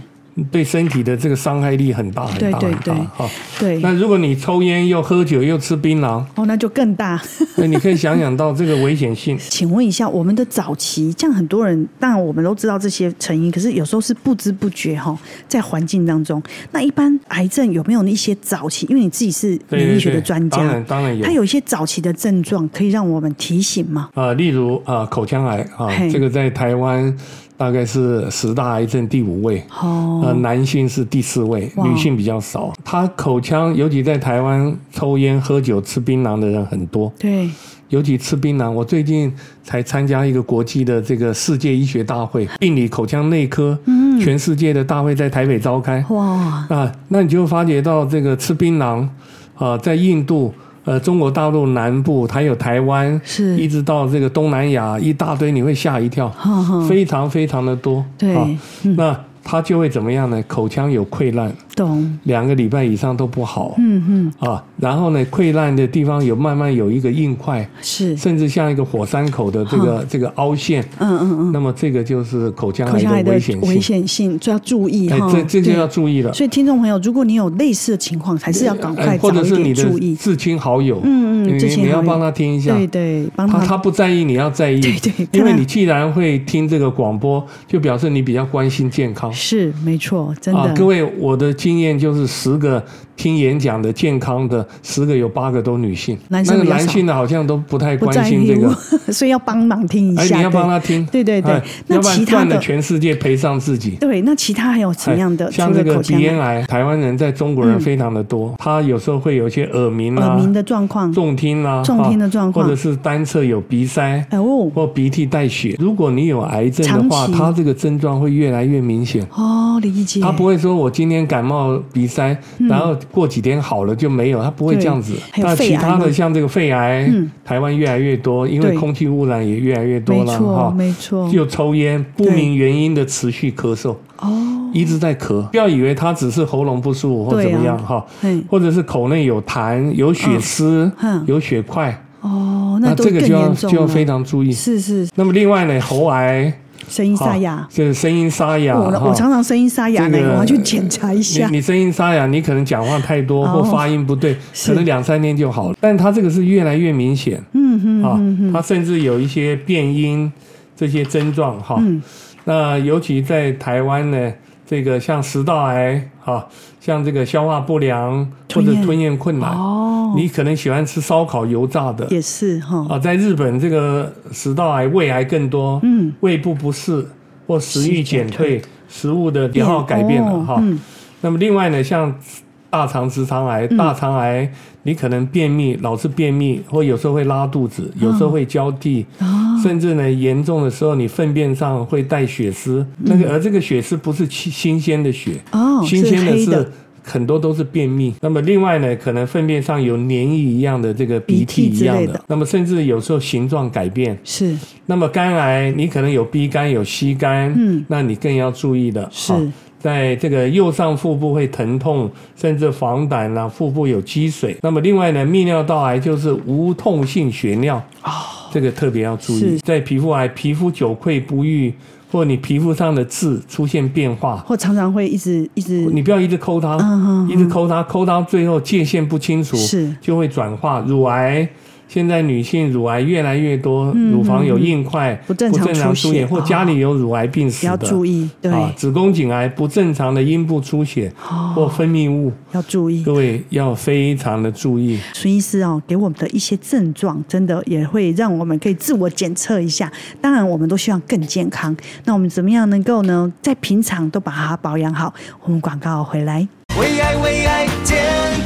[SPEAKER 3] 对身体的这个伤害力很大很大
[SPEAKER 2] 对对
[SPEAKER 3] 很大。
[SPEAKER 2] 对
[SPEAKER 3] 哈、
[SPEAKER 2] 对，
[SPEAKER 3] 那如果你抽烟又喝酒又吃槟榔，
[SPEAKER 2] 哦，那就更大。
[SPEAKER 3] 那你可以想想到这个危险性。
[SPEAKER 2] 请问一下，我们的早期，这样很多人，当然我们都知道这些成因，可是有时候是不知不觉哈、在环境当中。那一般癌症有没有一些早期？因为你自己是
[SPEAKER 3] 对对
[SPEAKER 2] 免疫学
[SPEAKER 3] 对
[SPEAKER 2] 的专家，
[SPEAKER 3] 当然当然有
[SPEAKER 2] 它。有一些早期的症状可以让我们提醒吗？
[SPEAKER 3] 啊、例如啊、口腔癌啊、
[SPEAKER 2] 嘿
[SPEAKER 3] 这个在台湾大概是十大癌症第五位，
[SPEAKER 2] 哦，
[SPEAKER 3] 呃，男性是第四位，
[SPEAKER 2] 哇
[SPEAKER 3] 女性比较少。他口腔，尤其在台湾抽烟、喝酒、吃槟榔的人很多，
[SPEAKER 2] 对，
[SPEAKER 3] 尤其吃槟榔。我最近才参加一个国际的这个世界医学大会，病理口腔内科，
[SPEAKER 2] 嗯哦
[SPEAKER 3] 全世界的大会在台北召开。
[SPEAKER 2] 哇，
[SPEAKER 3] 啊，那你就会发觉到这个吃槟榔，啊，在印度、呃中国大陆南部，还有台湾，
[SPEAKER 2] 是
[SPEAKER 3] 一直到这个东南亚一大堆，你会吓一跳，
[SPEAKER 2] 哈哈，
[SPEAKER 3] 非常非常的多。
[SPEAKER 2] 哦对
[SPEAKER 3] 啊
[SPEAKER 2] 嗯
[SPEAKER 3] 那它就会怎么样呢？口腔有溃烂，
[SPEAKER 2] 懂，
[SPEAKER 3] 两个礼拜以上都不好。
[SPEAKER 2] 嗯嗯，
[SPEAKER 3] 啊，然后呢，溃烂的地方有慢慢有一个硬块，
[SPEAKER 2] 是，
[SPEAKER 3] 甚至像一个火山口的这个这个凹陷，
[SPEAKER 2] 嗯哦嗯嗯，
[SPEAKER 3] 那么这个就是口腔
[SPEAKER 2] 口腔
[SPEAKER 3] 癌
[SPEAKER 2] 癌的
[SPEAKER 3] 的危险
[SPEAKER 2] 危
[SPEAKER 3] 性。
[SPEAKER 2] 险性就要注意
[SPEAKER 3] 哎
[SPEAKER 2] 哈，，
[SPEAKER 3] 这这
[SPEAKER 2] 对
[SPEAKER 3] 就要注意了。
[SPEAKER 2] 所以听众朋友，如果你有类似的情况，还是要赶快
[SPEAKER 3] 哎或
[SPEAKER 2] 早
[SPEAKER 3] 者
[SPEAKER 2] 一
[SPEAKER 3] 是你
[SPEAKER 2] 点
[SPEAKER 3] 的
[SPEAKER 2] 注意。
[SPEAKER 3] 至亲好友，
[SPEAKER 2] 嗯嗯
[SPEAKER 3] 你
[SPEAKER 2] 至亲好友
[SPEAKER 3] 你要帮他听一下，
[SPEAKER 2] 对对，帮
[SPEAKER 3] 他他不在意，你要在意，
[SPEAKER 2] 对对
[SPEAKER 3] 因
[SPEAKER 2] 看
[SPEAKER 3] 为
[SPEAKER 2] 他
[SPEAKER 3] 你既然会听这个广播，就表示你比较关心健康。
[SPEAKER 2] 是没错，真
[SPEAKER 3] 啊
[SPEAKER 2] 的，，
[SPEAKER 3] 各位，我的经验就是十个听演讲的健康的，十个有八个都女性，
[SPEAKER 2] 男生
[SPEAKER 3] 那
[SPEAKER 2] 比
[SPEAKER 3] 个
[SPEAKER 2] 较少
[SPEAKER 3] 男性的好像都不太
[SPEAKER 2] 不
[SPEAKER 3] 关
[SPEAKER 2] 在
[SPEAKER 3] 心
[SPEAKER 2] 意
[SPEAKER 3] 这个。
[SPEAKER 2] 我， 所以要帮忙听一
[SPEAKER 3] 哎，
[SPEAKER 2] 下。
[SPEAKER 3] 你要
[SPEAKER 2] 对
[SPEAKER 3] 帮他听，
[SPEAKER 2] 对对对
[SPEAKER 3] 哎，
[SPEAKER 2] 那
[SPEAKER 3] 要不然
[SPEAKER 2] 其他
[SPEAKER 3] 赚了
[SPEAKER 2] 的
[SPEAKER 3] 全世界赔上自己。
[SPEAKER 2] 对，那其他还有什么样的？
[SPEAKER 3] 哎
[SPEAKER 2] 除
[SPEAKER 3] 像
[SPEAKER 2] 了
[SPEAKER 3] 这个
[SPEAKER 2] 口
[SPEAKER 3] 鼻
[SPEAKER 2] 腔
[SPEAKER 3] 咽
[SPEAKER 2] 癌、
[SPEAKER 3] 癌，台湾人在中国人非常的多，他有时候会有一些耳鸣啊、
[SPEAKER 2] 耳鸣的状况，
[SPEAKER 3] 重听啦、
[SPEAKER 2] 重听的状况
[SPEAKER 3] 或者是单侧有鼻塞
[SPEAKER 2] 哎哦
[SPEAKER 3] 或鼻涕带血。如果你有癌症的话，
[SPEAKER 2] 长期
[SPEAKER 3] 它这个症状会越来越明显。
[SPEAKER 2] 哦，理解。
[SPEAKER 3] 它不会说我今天感冒鼻塞，然后过几天好了就没有，它不会
[SPEAKER 2] 嗯对
[SPEAKER 3] 这样子。
[SPEAKER 2] 还有
[SPEAKER 3] 那
[SPEAKER 2] 肺
[SPEAKER 3] 其他
[SPEAKER 2] 癌
[SPEAKER 3] 的
[SPEAKER 2] 呢
[SPEAKER 3] 像这个肺癌
[SPEAKER 2] 嗯，
[SPEAKER 3] 台湾越来越多，因为
[SPEAKER 2] 对
[SPEAKER 3] 空气污染也越来越多
[SPEAKER 2] 没
[SPEAKER 3] 了
[SPEAKER 2] 错
[SPEAKER 3] 哈。
[SPEAKER 2] 没错，
[SPEAKER 3] 又抽烟，不
[SPEAKER 2] 对
[SPEAKER 3] 明原因的持续咳嗽，
[SPEAKER 2] 哦，
[SPEAKER 3] 一直在咳。不要以为他只是喉咙不舒服或
[SPEAKER 2] 对
[SPEAKER 3] 怎么
[SPEAKER 2] 啊
[SPEAKER 3] 样哈，
[SPEAKER 2] 嘿
[SPEAKER 3] 或者是口内有痰、有血丝
[SPEAKER 2] 嗯、
[SPEAKER 3] 有血块，
[SPEAKER 2] 哦，
[SPEAKER 3] 那
[SPEAKER 2] 都
[SPEAKER 3] 这
[SPEAKER 2] 更
[SPEAKER 3] 个就要
[SPEAKER 2] 严
[SPEAKER 3] 就
[SPEAKER 2] 重
[SPEAKER 3] 要
[SPEAKER 2] 了。
[SPEAKER 3] 非常注意。
[SPEAKER 2] 是是，
[SPEAKER 3] 那么另外呢，喉癌，
[SPEAKER 2] 声音沙
[SPEAKER 3] 哈
[SPEAKER 2] 哑。
[SPEAKER 3] 就是声音沙哑。
[SPEAKER 2] 我
[SPEAKER 3] 哈
[SPEAKER 2] 我常常声音沙哑呢，
[SPEAKER 3] 这个
[SPEAKER 2] 我要去检查一下
[SPEAKER 3] 你。你声音沙哑，你可能讲话太多
[SPEAKER 2] 哦
[SPEAKER 3] 或发音不对，
[SPEAKER 2] 是
[SPEAKER 3] 可能两三天就好了。但它这个是越来越明显
[SPEAKER 2] 嗯哼
[SPEAKER 3] 啊
[SPEAKER 2] 嗯，
[SPEAKER 3] 它甚至有一些变音这些症状哈。
[SPEAKER 2] 嗯
[SPEAKER 3] 那尤其在台湾呢，这个像食道癌啊，像这个消化不良或
[SPEAKER 2] 吞
[SPEAKER 3] 者
[SPEAKER 2] 咽
[SPEAKER 3] 吞咽困难，
[SPEAKER 2] 哦，
[SPEAKER 3] 你可能喜欢吃烧烤油炸的，
[SPEAKER 2] 也是哈，
[SPEAKER 3] 啊，在日本这个食道癌、胃癌更多，
[SPEAKER 2] 嗯，
[SPEAKER 3] 胃部不适或食欲减退，食物的偏好改变了
[SPEAKER 2] 哦
[SPEAKER 3] 哈、
[SPEAKER 2] 嗯，
[SPEAKER 3] 那么另外呢，像大肠直肠癌、大肠癌，你可能便秘，老是便秘，或有时候会拉肚子，
[SPEAKER 2] 嗯
[SPEAKER 3] 有时候会交替，
[SPEAKER 2] 哦
[SPEAKER 3] 甚至呢严重的时候，你粪便上会带血丝，那个而这个血丝不是新新鲜的血，
[SPEAKER 2] 嗯哦，
[SPEAKER 3] 新鲜
[SPEAKER 2] 是黑
[SPEAKER 3] 是
[SPEAKER 2] 的，
[SPEAKER 3] 很多都是便秘。那么另外呢，可能粪便上有黏液一样的这个
[SPEAKER 2] 鼻
[SPEAKER 3] 鼻涕
[SPEAKER 2] 涕
[SPEAKER 3] 一
[SPEAKER 2] 之类
[SPEAKER 3] 样
[SPEAKER 2] 的
[SPEAKER 3] 那么甚至有时候形状改变。
[SPEAKER 2] 是
[SPEAKER 3] 那么肝癌，你可能有 B 肝、有 C 肝，
[SPEAKER 2] 嗯，
[SPEAKER 3] 那你更要注意的。
[SPEAKER 2] 是
[SPEAKER 3] 好在这个右上腹部会疼痛，甚至黄疸啦、腹部有积水。那么另外呢，泌尿道癌就是无痛性血尿，哦，这个特别要注
[SPEAKER 2] 是
[SPEAKER 3] 意。在皮肤癌，皮肤久溃不愈，或你皮肤上的痣出现变化，
[SPEAKER 2] 或常常会一直一直
[SPEAKER 3] 你不要一直抠它，
[SPEAKER 2] 嗯嗯嗯
[SPEAKER 3] 一直抠它，抠到最后界限不清楚，
[SPEAKER 2] 是
[SPEAKER 3] 就会转化乳癌。现在女性乳癌越来越多，乳房有硬块、
[SPEAKER 2] 嗯不正常出
[SPEAKER 3] 出
[SPEAKER 2] 血
[SPEAKER 3] 血，或
[SPEAKER 2] 哦
[SPEAKER 3] 家里有乳癌病史
[SPEAKER 2] 不要
[SPEAKER 3] 的，
[SPEAKER 2] 注意，对，哦
[SPEAKER 3] 啊，子宫颈癌不正常的阴部出血或分泌物，
[SPEAKER 2] 要注意。
[SPEAKER 3] 各位要非常的注意。
[SPEAKER 2] 孙医师哦，给我们的一些症状，真的也会让我们可以自我检测一下。当然，我们都希望更健康。那我们怎么样能够呢，在平常都把它保养好？我们广告回来。
[SPEAKER 1] 为爱为爱健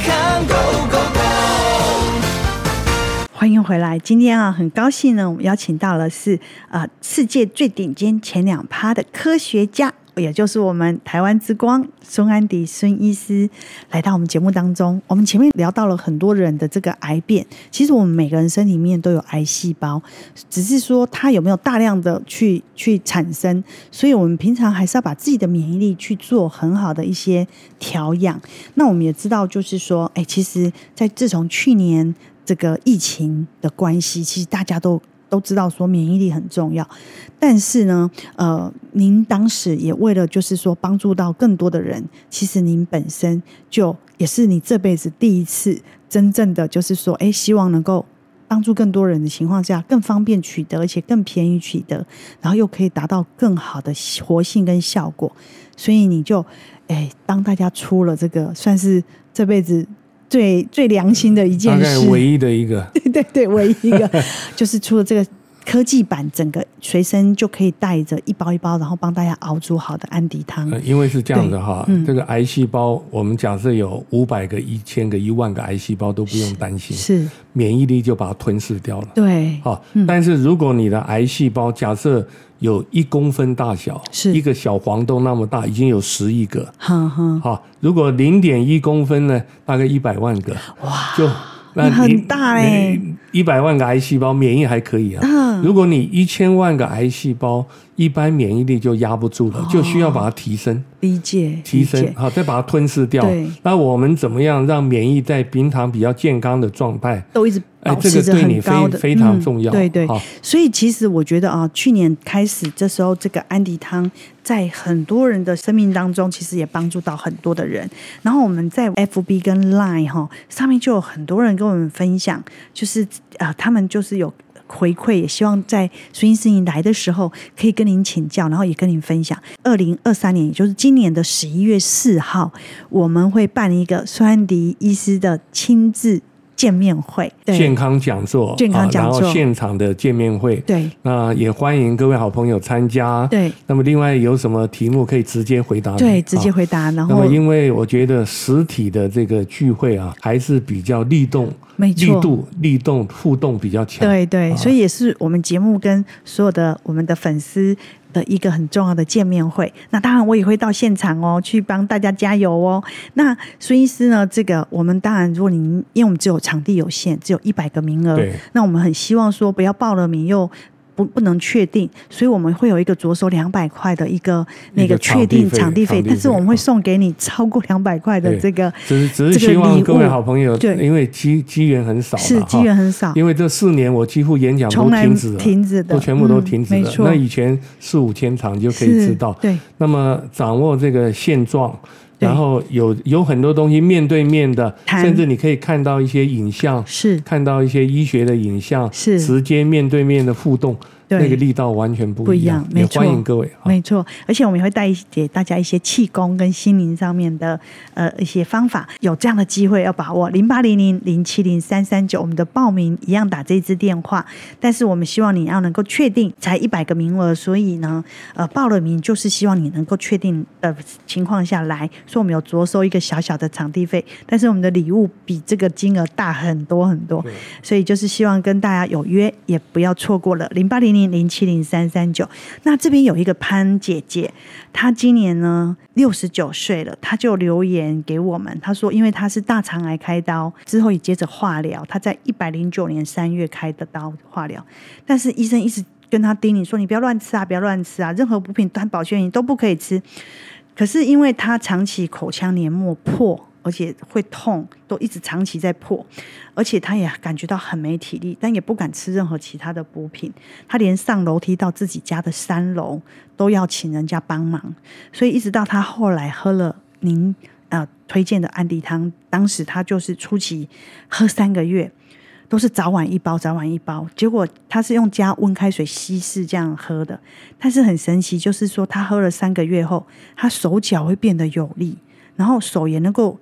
[SPEAKER 1] 康 Go Go Go，
[SPEAKER 2] 欢迎回来。今天啊，很高兴呢，我们邀请到了是呃世界最顶尖前两趴的科学家，也就是我们台湾之光孙安迪孙医师来到我们节目当中。我们前面聊到了很多人的这个癌变，其实我们每个人身体里面都有癌细胞，只是说它有没有大量的去去产生，所以我们平常还是要把自己的免疫力去做很好的一些调养。那我们也知道，就是说，哎，其实在自从去年这个疫情的关系，其实大家都都知道说免疫力很重要，但是呢，呃，您当时也为了就是说帮助到更多的人，其实您本身就也是你这辈子第一次真正的就是说，哎，希望能够。帮助更多人的情况下，更方便取得，而且更便宜取得，然后又可以达到更好的活性跟效果。所以你就，哎，当大家出了这个，算是这辈子最最良心的一件
[SPEAKER 3] 大
[SPEAKER 2] 事，
[SPEAKER 3] 概唯一的一个，
[SPEAKER 2] 对对，唯一一个就是出了这个科技版，整个随身就可以带着一包一包，然后帮大家熬煮好的安迪汤。
[SPEAKER 3] 呃因为是这样的哈
[SPEAKER 2] 对嗯，
[SPEAKER 3] 这个癌细胞，我们假设有五百个、一千个、一万个癌细胞都不用担心，
[SPEAKER 2] 是，
[SPEAKER 3] 免疫力就把它吞噬掉了。
[SPEAKER 2] 对，
[SPEAKER 3] 好，但是如果你的癌细胞假设有一公分大小，
[SPEAKER 2] 是
[SPEAKER 3] 一个小黄豆那么大，已经有十亿个。
[SPEAKER 2] 哼哼，
[SPEAKER 3] 好，如果零点一公分呢，大概一百万个，
[SPEAKER 2] 哇，
[SPEAKER 3] 就
[SPEAKER 2] 那很大欸
[SPEAKER 3] 一百万个癌细胞免疫还可以啊。
[SPEAKER 2] 嗯
[SPEAKER 3] 如果你一千万个癌细胞，一般免疫力就压不住了，就需要把它提升、
[SPEAKER 2] 理解，
[SPEAKER 3] 提
[SPEAKER 2] 哦理
[SPEAKER 3] 升，
[SPEAKER 2] 解
[SPEAKER 3] 好，再把它吞噬掉
[SPEAKER 2] 对。
[SPEAKER 3] 那我们怎么样让免疫在平常比较健康的状态？
[SPEAKER 2] 都一直
[SPEAKER 3] 哎
[SPEAKER 2] 保持
[SPEAKER 3] 这
[SPEAKER 2] 着
[SPEAKER 3] 个对
[SPEAKER 2] 很
[SPEAKER 3] 你非
[SPEAKER 2] 高的，
[SPEAKER 3] 非常重要
[SPEAKER 2] 嗯、对对
[SPEAKER 3] 好，
[SPEAKER 2] 所以其实我觉得啊，去年开始这时候，这个安迪汤在很多人的生命当中，其实也帮助到很多的人。然后我们在 FB 跟 Line 哈、上面就有很多人跟我们分享，就是啊、呃他们就是有。回馈也希望在孙医师您来的时候，可以跟您请教，然后也跟您分享。二零二三年，也就是今年的十一月四号，我们会办一个孙安迪医师的亲自见面会，对
[SPEAKER 3] 健康讲座，
[SPEAKER 2] 健康
[SPEAKER 3] 啊
[SPEAKER 2] 讲座
[SPEAKER 3] 然后现场的见面会。
[SPEAKER 2] 对
[SPEAKER 3] 那也欢迎各位好朋友参加。
[SPEAKER 2] 对
[SPEAKER 3] 那么另外有什么题目可以直接回答你？
[SPEAKER 2] 对，直接
[SPEAKER 3] 啊
[SPEAKER 2] 回答。然
[SPEAKER 3] 那
[SPEAKER 2] 后
[SPEAKER 3] 么，因为我觉得实体的这个聚会啊，还是比较力动、
[SPEAKER 2] 没
[SPEAKER 3] 力
[SPEAKER 2] 错
[SPEAKER 3] 度、力动互动比较强。
[SPEAKER 2] 对对，所以也是我们节目跟所有的我们的粉丝的一个很重要的见面会。那当然，我也会到现场哦，去帮大家加油哦。那孙医师呢？这个我们当然，如果您因为我们只有场地有限，只有一百个名额
[SPEAKER 3] 对，
[SPEAKER 2] 那我们很希望说不要报了名又。不不能确定，所以我们会有一个着手两百块的一个那
[SPEAKER 3] 一
[SPEAKER 2] 个
[SPEAKER 3] 个
[SPEAKER 2] 确定场
[SPEAKER 3] 场
[SPEAKER 2] 地
[SPEAKER 3] 地费
[SPEAKER 2] 费，
[SPEAKER 3] 场地
[SPEAKER 2] 但是我们会
[SPEAKER 3] 费
[SPEAKER 2] 送给你超过两百块的
[SPEAKER 3] 对
[SPEAKER 2] 这个，
[SPEAKER 3] 只是只是
[SPEAKER 2] 这个
[SPEAKER 3] 希望
[SPEAKER 2] 礼
[SPEAKER 3] 各位
[SPEAKER 2] 物
[SPEAKER 3] 好朋友，
[SPEAKER 2] 对
[SPEAKER 3] 因为机机缘很少了
[SPEAKER 2] 是
[SPEAKER 3] 哈
[SPEAKER 2] 机缘很少
[SPEAKER 3] 因为这四年我几乎演讲都
[SPEAKER 2] 从来
[SPEAKER 3] 停止了，
[SPEAKER 2] 停止的
[SPEAKER 3] 都全部都
[SPEAKER 2] 嗯
[SPEAKER 3] 停止
[SPEAKER 2] 没
[SPEAKER 3] 了。
[SPEAKER 2] 错
[SPEAKER 3] 那以前四五千场你就可以
[SPEAKER 2] 是
[SPEAKER 3] 知道，
[SPEAKER 2] 对。
[SPEAKER 3] 那么掌握这个现状。
[SPEAKER 2] 对
[SPEAKER 3] 然后有有很多东西面对面的，
[SPEAKER 2] 谈
[SPEAKER 3] 甚至你可以看到一些影像，
[SPEAKER 2] 是
[SPEAKER 3] 看到一些医学的影像，
[SPEAKER 2] 是
[SPEAKER 3] 直接面对面的互动，
[SPEAKER 2] 对
[SPEAKER 3] 那个力道完全
[SPEAKER 2] 不
[SPEAKER 3] 不
[SPEAKER 2] 一
[SPEAKER 3] 一
[SPEAKER 2] 样
[SPEAKER 3] 样。，
[SPEAKER 2] 没
[SPEAKER 3] 也
[SPEAKER 2] 错，
[SPEAKER 3] 欢迎各位啊，
[SPEAKER 2] 没错，而且我们也会带给大家一些气功跟心灵上面的呃一些方法，有这样的机会要把握。零八零零零七零三三九，我们的报名一样打这支电话，但是我们希望你要能够确定，才一百个名额，所以呢，呃，报了名就是希望你能够确定的情况下来，所以我们有着收一个小小的场地费，但是我们的礼物比这个金额大很多很多，所以就是希望跟大家有约，也不要错过了零八零零。零零七零三三九。那这边有一个潘姐姐，她今年呢六十九岁了，她就留言给我们，她说，因为她是大肠癌开刀之后也接着化疗，她在一百零九年三月开的刀化疗，但是医生一直跟她叮咛说，你不要乱吃啊，不要乱吃啊，任何补品、单保健品都不可以吃。可是因为她长期口腔黏膜破，而且会痛，都一直长期在破，而且她也感觉到很没体力，但也不敢吃任何其他的补品。她连上楼梯到自己家的三楼都要请人家帮忙，所以一直到她后来喝了您呃推荐的安迪汤，当时她就是初期喝三个月。都是早晚一包，早晚一包。结果她是用加温开水稀释这样喝的，但是很神奇，就是说她喝了三个月后，她手脚会变得有力，然后手也能够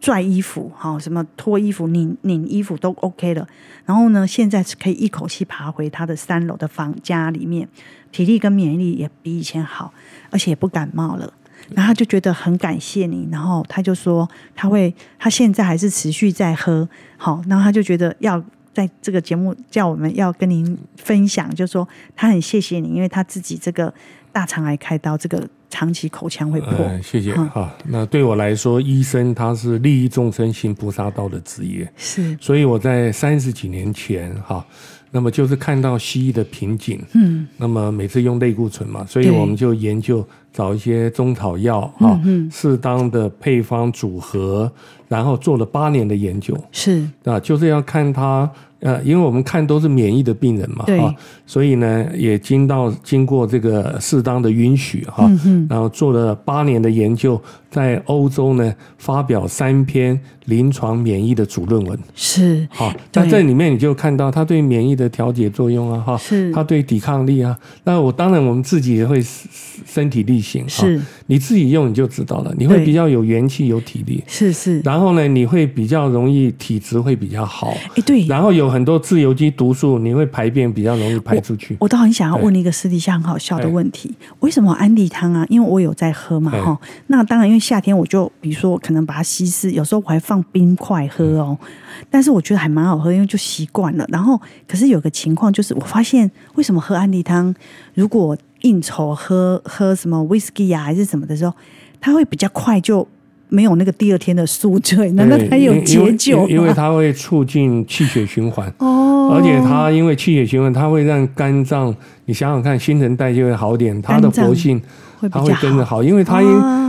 [SPEAKER 2] 拽衣服，好什么脱衣服、拧拧衣服都 OK 了。然后呢，现在是可以一口气爬回他的三楼的房家里面，体力跟免疫力也比以前好，而且也不感冒了。然后他就觉得很感谢你，然后他就说他会，他现在还是持续在喝，好，然后他就觉得要在这个节目叫我们要跟您分享，就说他很谢谢你，因为他自己这个大肠癌开刀，这个长期口腔会破，
[SPEAKER 3] 嗯，谢谢
[SPEAKER 2] 嗯
[SPEAKER 3] 哈。那对我来说，医生他是利益众生、行菩萨道的职业，
[SPEAKER 2] 是，
[SPEAKER 3] 所以我在三十几年前哈，那么就是看到西医的瓶颈，
[SPEAKER 2] 嗯
[SPEAKER 3] 那么每次用类固醇嘛，所以
[SPEAKER 2] 对
[SPEAKER 3] 我们就研究找一些中草药
[SPEAKER 2] 嗯
[SPEAKER 3] 哈，适当的配方组合，然后做了八年的研究，
[SPEAKER 2] 是，
[SPEAKER 3] 啊，就是要看他，呃，因为我们看都是免疫的病人嘛，
[SPEAKER 2] 对
[SPEAKER 3] 啊，所以呢，也经到经过这个适当的允许哈、
[SPEAKER 2] 嗯
[SPEAKER 3] 然后做了八年的研究，在欧洲呢发表三篇临床免疫的主论文，
[SPEAKER 2] 是，
[SPEAKER 3] 哈、
[SPEAKER 2] 对
[SPEAKER 3] 那这里面你就看到它对免疫的调节作用啊，哈、
[SPEAKER 2] 是
[SPEAKER 3] 它对抵抗力啊，那我当然我们自己也会身体力行，哈
[SPEAKER 2] 是，
[SPEAKER 3] 你自己用你就知道了，你会
[SPEAKER 2] 对
[SPEAKER 3] 比较有元气有体力，
[SPEAKER 2] 是是，
[SPEAKER 3] 然后呢，你会比较容易体质会比较好，
[SPEAKER 2] 哎，对，
[SPEAKER 3] 然后有很多自由基毒素，你会排便比较容易排出去。
[SPEAKER 2] 我倒很想要问一个私底下很好笑的问题：为什么安利汤啊？因为我有在喝嘛，
[SPEAKER 3] 哎
[SPEAKER 2] 哈。那当然，因为夏天我就比如说我可能把它稀释，有时候我还放冰块喝哦。
[SPEAKER 3] 嗯
[SPEAKER 2] 但是我觉得还蛮好喝，因为就习惯了。然后，可是有个情况就是，我发现为什么喝安利汤，如果应酬喝喝什么 whisky 啊还是什么的时候，它会比较快就没有那个第二天的宿醉。难道
[SPEAKER 3] 对
[SPEAKER 2] 它有
[SPEAKER 3] 因
[SPEAKER 2] 解酒吗
[SPEAKER 3] 因为因为它会促进气血循环，
[SPEAKER 2] 哦，
[SPEAKER 3] 而且它因为气血循环，它会让肝脏，你想想看，新陈代谢会好一点，它的
[SPEAKER 2] 肝脏
[SPEAKER 3] 活性
[SPEAKER 2] 会
[SPEAKER 3] 它
[SPEAKER 2] 比
[SPEAKER 3] 会
[SPEAKER 2] 较
[SPEAKER 3] 跟着
[SPEAKER 2] 好，
[SPEAKER 3] 好，因为它因、
[SPEAKER 2] 啊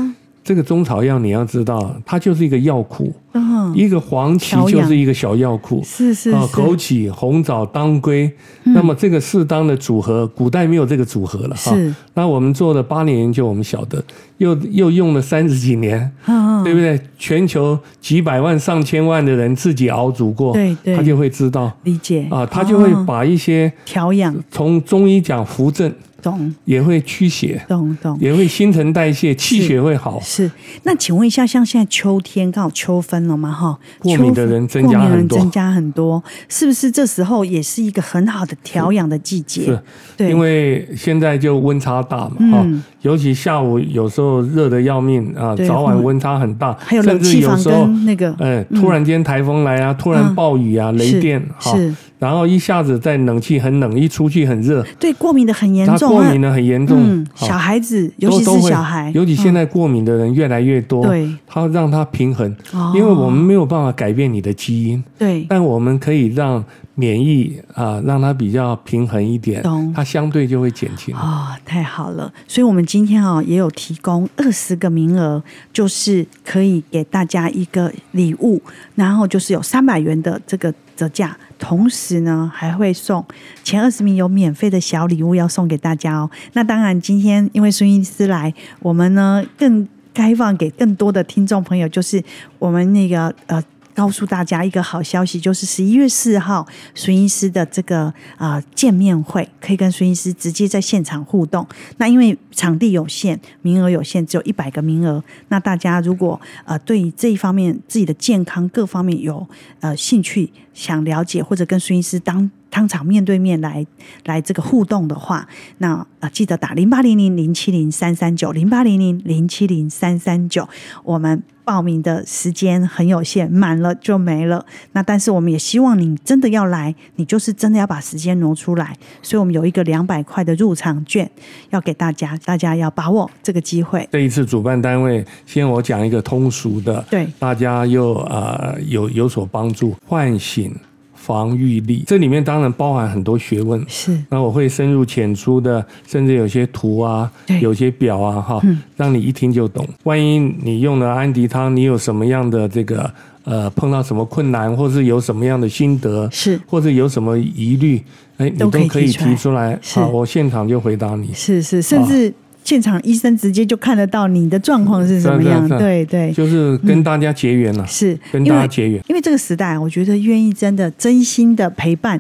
[SPEAKER 3] 这个中草药你要知道，它就是一个药库，
[SPEAKER 2] 嗯，
[SPEAKER 3] 一个黄芪
[SPEAKER 2] 调
[SPEAKER 3] 就
[SPEAKER 2] 养
[SPEAKER 3] 是一个小药库，
[SPEAKER 2] 是是嗯
[SPEAKER 3] 啊，
[SPEAKER 2] 是，
[SPEAKER 3] 枸杞、红枣、当归，那么这个适当的组合，古代没有这个组合了哈
[SPEAKER 2] 是。
[SPEAKER 3] 那我们做了八年研究，我们晓得，又又用了三十几年，
[SPEAKER 2] 嗯嗯
[SPEAKER 3] 对不对？全球几百万、上千万的人自己熬煮过，
[SPEAKER 2] 对对
[SPEAKER 3] 他就会知道
[SPEAKER 2] 理解
[SPEAKER 3] 啊，他就会
[SPEAKER 2] 哦
[SPEAKER 3] 把一些
[SPEAKER 2] 调养，
[SPEAKER 3] 从中医讲扶正，
[SPEAKER 2] 懂
[SPEAKER 3] 也会驱邪，
[SPEAKER 2] 懂懂，
[SPEAKER 3] 也会新陈代谢，气
[SPEAKER 2] 是
[SPEAKER 3] 血会好。
[SPEAKER 2] 是。那请问一下，像现在秋天刚好秋分了嘛，哈，
[SPEAKER 3] 过
[SPEAKER 2] 秋
[SPEAKER 3] 敏的
[SPEAKER 2] 分
[SPEAKER 3] 人增
[SPEAKER 2] 过
[SPEAKER 3] 加
[SPEAKER 2] 敏的
[SPEAKER 3] 很
[SPEAKER 2] 人
[SPEAKER 3] 多
[SPEAKER 2] 增加很多，是不是这时候也是一个很好的调养的季节？
[SPEAKER 3] 是
[SPEAKER 2] 对，
[SPEAKER 3] 因为现在就温差大嘛，
[SPEAKER 2] 嗯
[SPEAKER 3] 哈、尤其下午有时候热得要命啊，
[SPEAKER 2] 对嗯
[SPEAKER 3] 早晚温差很大，
[SPEAKER 2] 还有冷
[SPEAKER 3] 甚至
[SPEAKER 2] 气
[SPEAKER 3] 有
[SPEAKER 2] 房
[SPEAKER 3] 时候，
[SPEAKER 2] 跟那个
[SPEAKER 3] 哎，突然间台风来啊，突然暴雨啊，雷
[SPEAKER 2] 是
[SPEAKER 3] 电哈、
[SPEAKER 2] 是，
[SPEAKER 3] 然后一下子在冷气很冷，一出去很热，
[SPEAKER 2] 对过敏的很严
[SPEAKER 3] 他
[SPEAKER 2] 重，
[SPEAKER 3] 过
[SPEAKER 2] 那
[SPEAKER 3] 敏的很严重，
[SPEAKER 2] 嗯，
[SPEAKER 3] 哈
[SPEAKER 2] 小孩子，尤其
[SPEAKER 3] 都
[SPEAKER 2] 是
[SPEAKER 3] 都会
[SPEAKER 2] 小孩，
[SPEAKER 3] 尤其现
[SPEAKER 2] 嗯
[SPEAKER 3] 在过敏的人越来越多，
[SPEAKER 2] 对
[SPEAKER 3] 他让他平衡，
[SPEAKER 2] 哦
[SPEAKER 3] 因为我们没有办法改变你的基因，
[SPEAKER 2] 对
[SPEAKER 3] 但我们可以让免疫啊、让它比较平衡一点
[SPEAKER 2] 懂，
[SPEAKER 3] 它相对就会减轻。
[SPEAKER 2] 哦，太好了！所以我们今天哦也有提供二十个名额，就是可以给大家一个礼物，然后就是有三百元的这个折价，同时呢还会送前二十名有免费的小礼物要送给大家哦。那当然，今天因为孙医师来，我们呢更开放给更多的听众朋友，就是我们那个呃。告诉大家一个好消息，就是十一月四号孙医师的这个啊、呃见面会，可以跟孙医师直接在现场互动。那因为场地有限，名额有限，只有一百个名额。那大家如果呃对于这一方面自己的健康各方面有呃兴趣，想了解或者跟孙医师当。当场面对面来来这个互动的话，那啊、呃记得打零八零零零七零三三九零八零零零七零三三九，我们报名的时间很有限，满了就没了。那但是我们也希望你真的要来，你就是真的要把时间挪出来。所以我们有一个两百块的入场券要给大家，大家要把握这个机会。
[SPEAKER 3] 这一次主办单位，先我讲一个通俗的，
[SPEAKER 2] 对
[SPEAKER 3] 大家又呃有有所帮助，唤醒防御力。这里面当然包含很多学问，
[SPEAKER 2] 是
[SPEAKER 3] 那我会深入浅出的，甚至有些图啊
[SPEAKER 2] 对，嗯
[SPEAKER 3] 有些表啊，哈，让你一听就懂。万一你用了安迪汤，你有什么样的这个呃碰到什么困难，或是有什么样的心得，
[SPEAKER 2] 是
[SPEAKER 3] 或是有什么疑虑，哎，你
[SPEAKER 2] 都
[SPEAKER 3] 都
[SPEAKER 2] 可以
[SPEAKER 3] 可以
[SPEAKER 2] 提出来
[SPEAKER 3] 提出来，
[SPEAKER 2] 是
[SPEAKER 3] 好，我现场就回答你。
[SPEAKER 2] 是是，甚至现场医生直接就看得到你的状况是什么样。
[SPEAKER 3] 是啊是啊
[SPEAKER 2] 对对，
[SPEAKER 3] 就是跟大家结缘了、啊
[SPEAKER 2] 是
[SPEAKER 3] 跟
[SPEAKER 2] 因
[SPEAKER 3] 大家
[SPEAKER 2] 为
[SPEAKER 3] 结缘。
[SPEAKER 2] 因为这个时代，我觉得愿意真的真心的陪伴，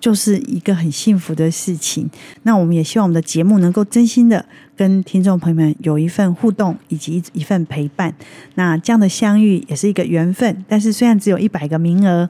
[SPEAKER 2] 就是一个很幸福的事情。那我们也希望我们的节目能够真心的跟听众朋友们有一份互动，以及一一份陪伴。那这样的相遇也是一个缘分，但是虽然只有一百个名额，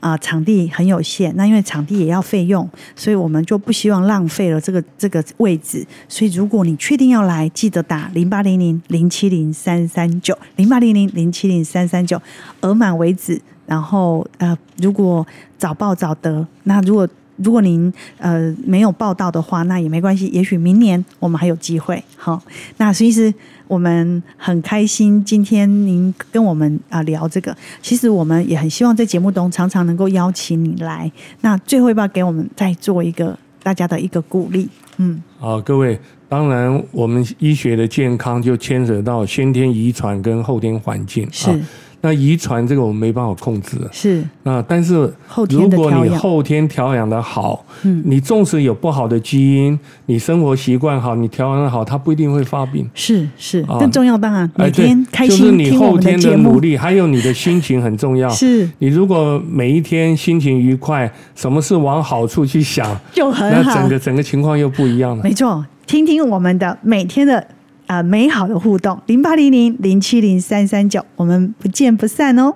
[SPEAKER 2] 啊、场地很有限，那因为场地也要费用，所以我们就不希望浪费了这个这个位置。所以如果你确定要来，记得打零八零零零七零三三九零八零零零七零三三九，额满为止。然后呃，如果早报早得，那如果如果您呃没有报到的话，那也没关系，也许明年我们还有机会。好，那所以是我们很开心，今天您跟我们啊、聊这个，其实我们也很希望在节目中常常能够邀请你来。那最后要不要给我们再做一个大家的一个鼓励？嗯，
[SPEAKER 3] 好，啊各位，当然我们医学的健康就牵扯到先天遗传跟后天环境。
[SPEAKER 2] 是、
[SPEAKER 3] 啊那遗传这个我们没办法控制。
[SPEAKER 2] 是，
[SPEAKER 3] 那啊但是
[SPEAKER 2] 后天
[SPEAKER 3] 如
[SPEAKER 2] 的
[SPEAKER 3] 果
[SPEAKER 2] 调
[SPEAKER 3] 你
[SPEAKER 2] 养
[SPEAKER 3] 后天调养的好，
[SPEAKER 2] 嗯
[SPEAKER 3] 你纵使有不好的基因，你生活习惯好，你调养的好，它不一定会发病。
[SPEAKER 2] 是是，
[SPEAKER 3] 啊哎
[SPEAKER 2] 更重要当然每
[SPEAKER 3] 对
[SPEAKER 2] 天开
[SPEAKER 3] 就是
[SPEAKER 2] 心
[SPEAKER 3] 你
[SPEAKER 2] 听我
[SPEAKER 3] 后
[SPEAKER 2] 们的
[SPEAKER 3] 天
[SPEAKER 2] 节
[SPEAKER 3] 的
[SPEAKER 2] 目
[SPEAKER 3] 努，力，还有你的心情很重要。
[SPEAKER 2] 是
[SPEAKER 3] 你如果每一天心情愉快，什么事往好处去想，
[SPEAKER 2] 就很
[SPEAKER 3] 那
[SPEAKER 2] 好
[SPEAKER 3] 整。个整个情况又不一样了。
[SPEAKER 2] 没错，听听我们的每天的啊、呃美好的互动，零八零零零七零三三九，我们不见不散哦。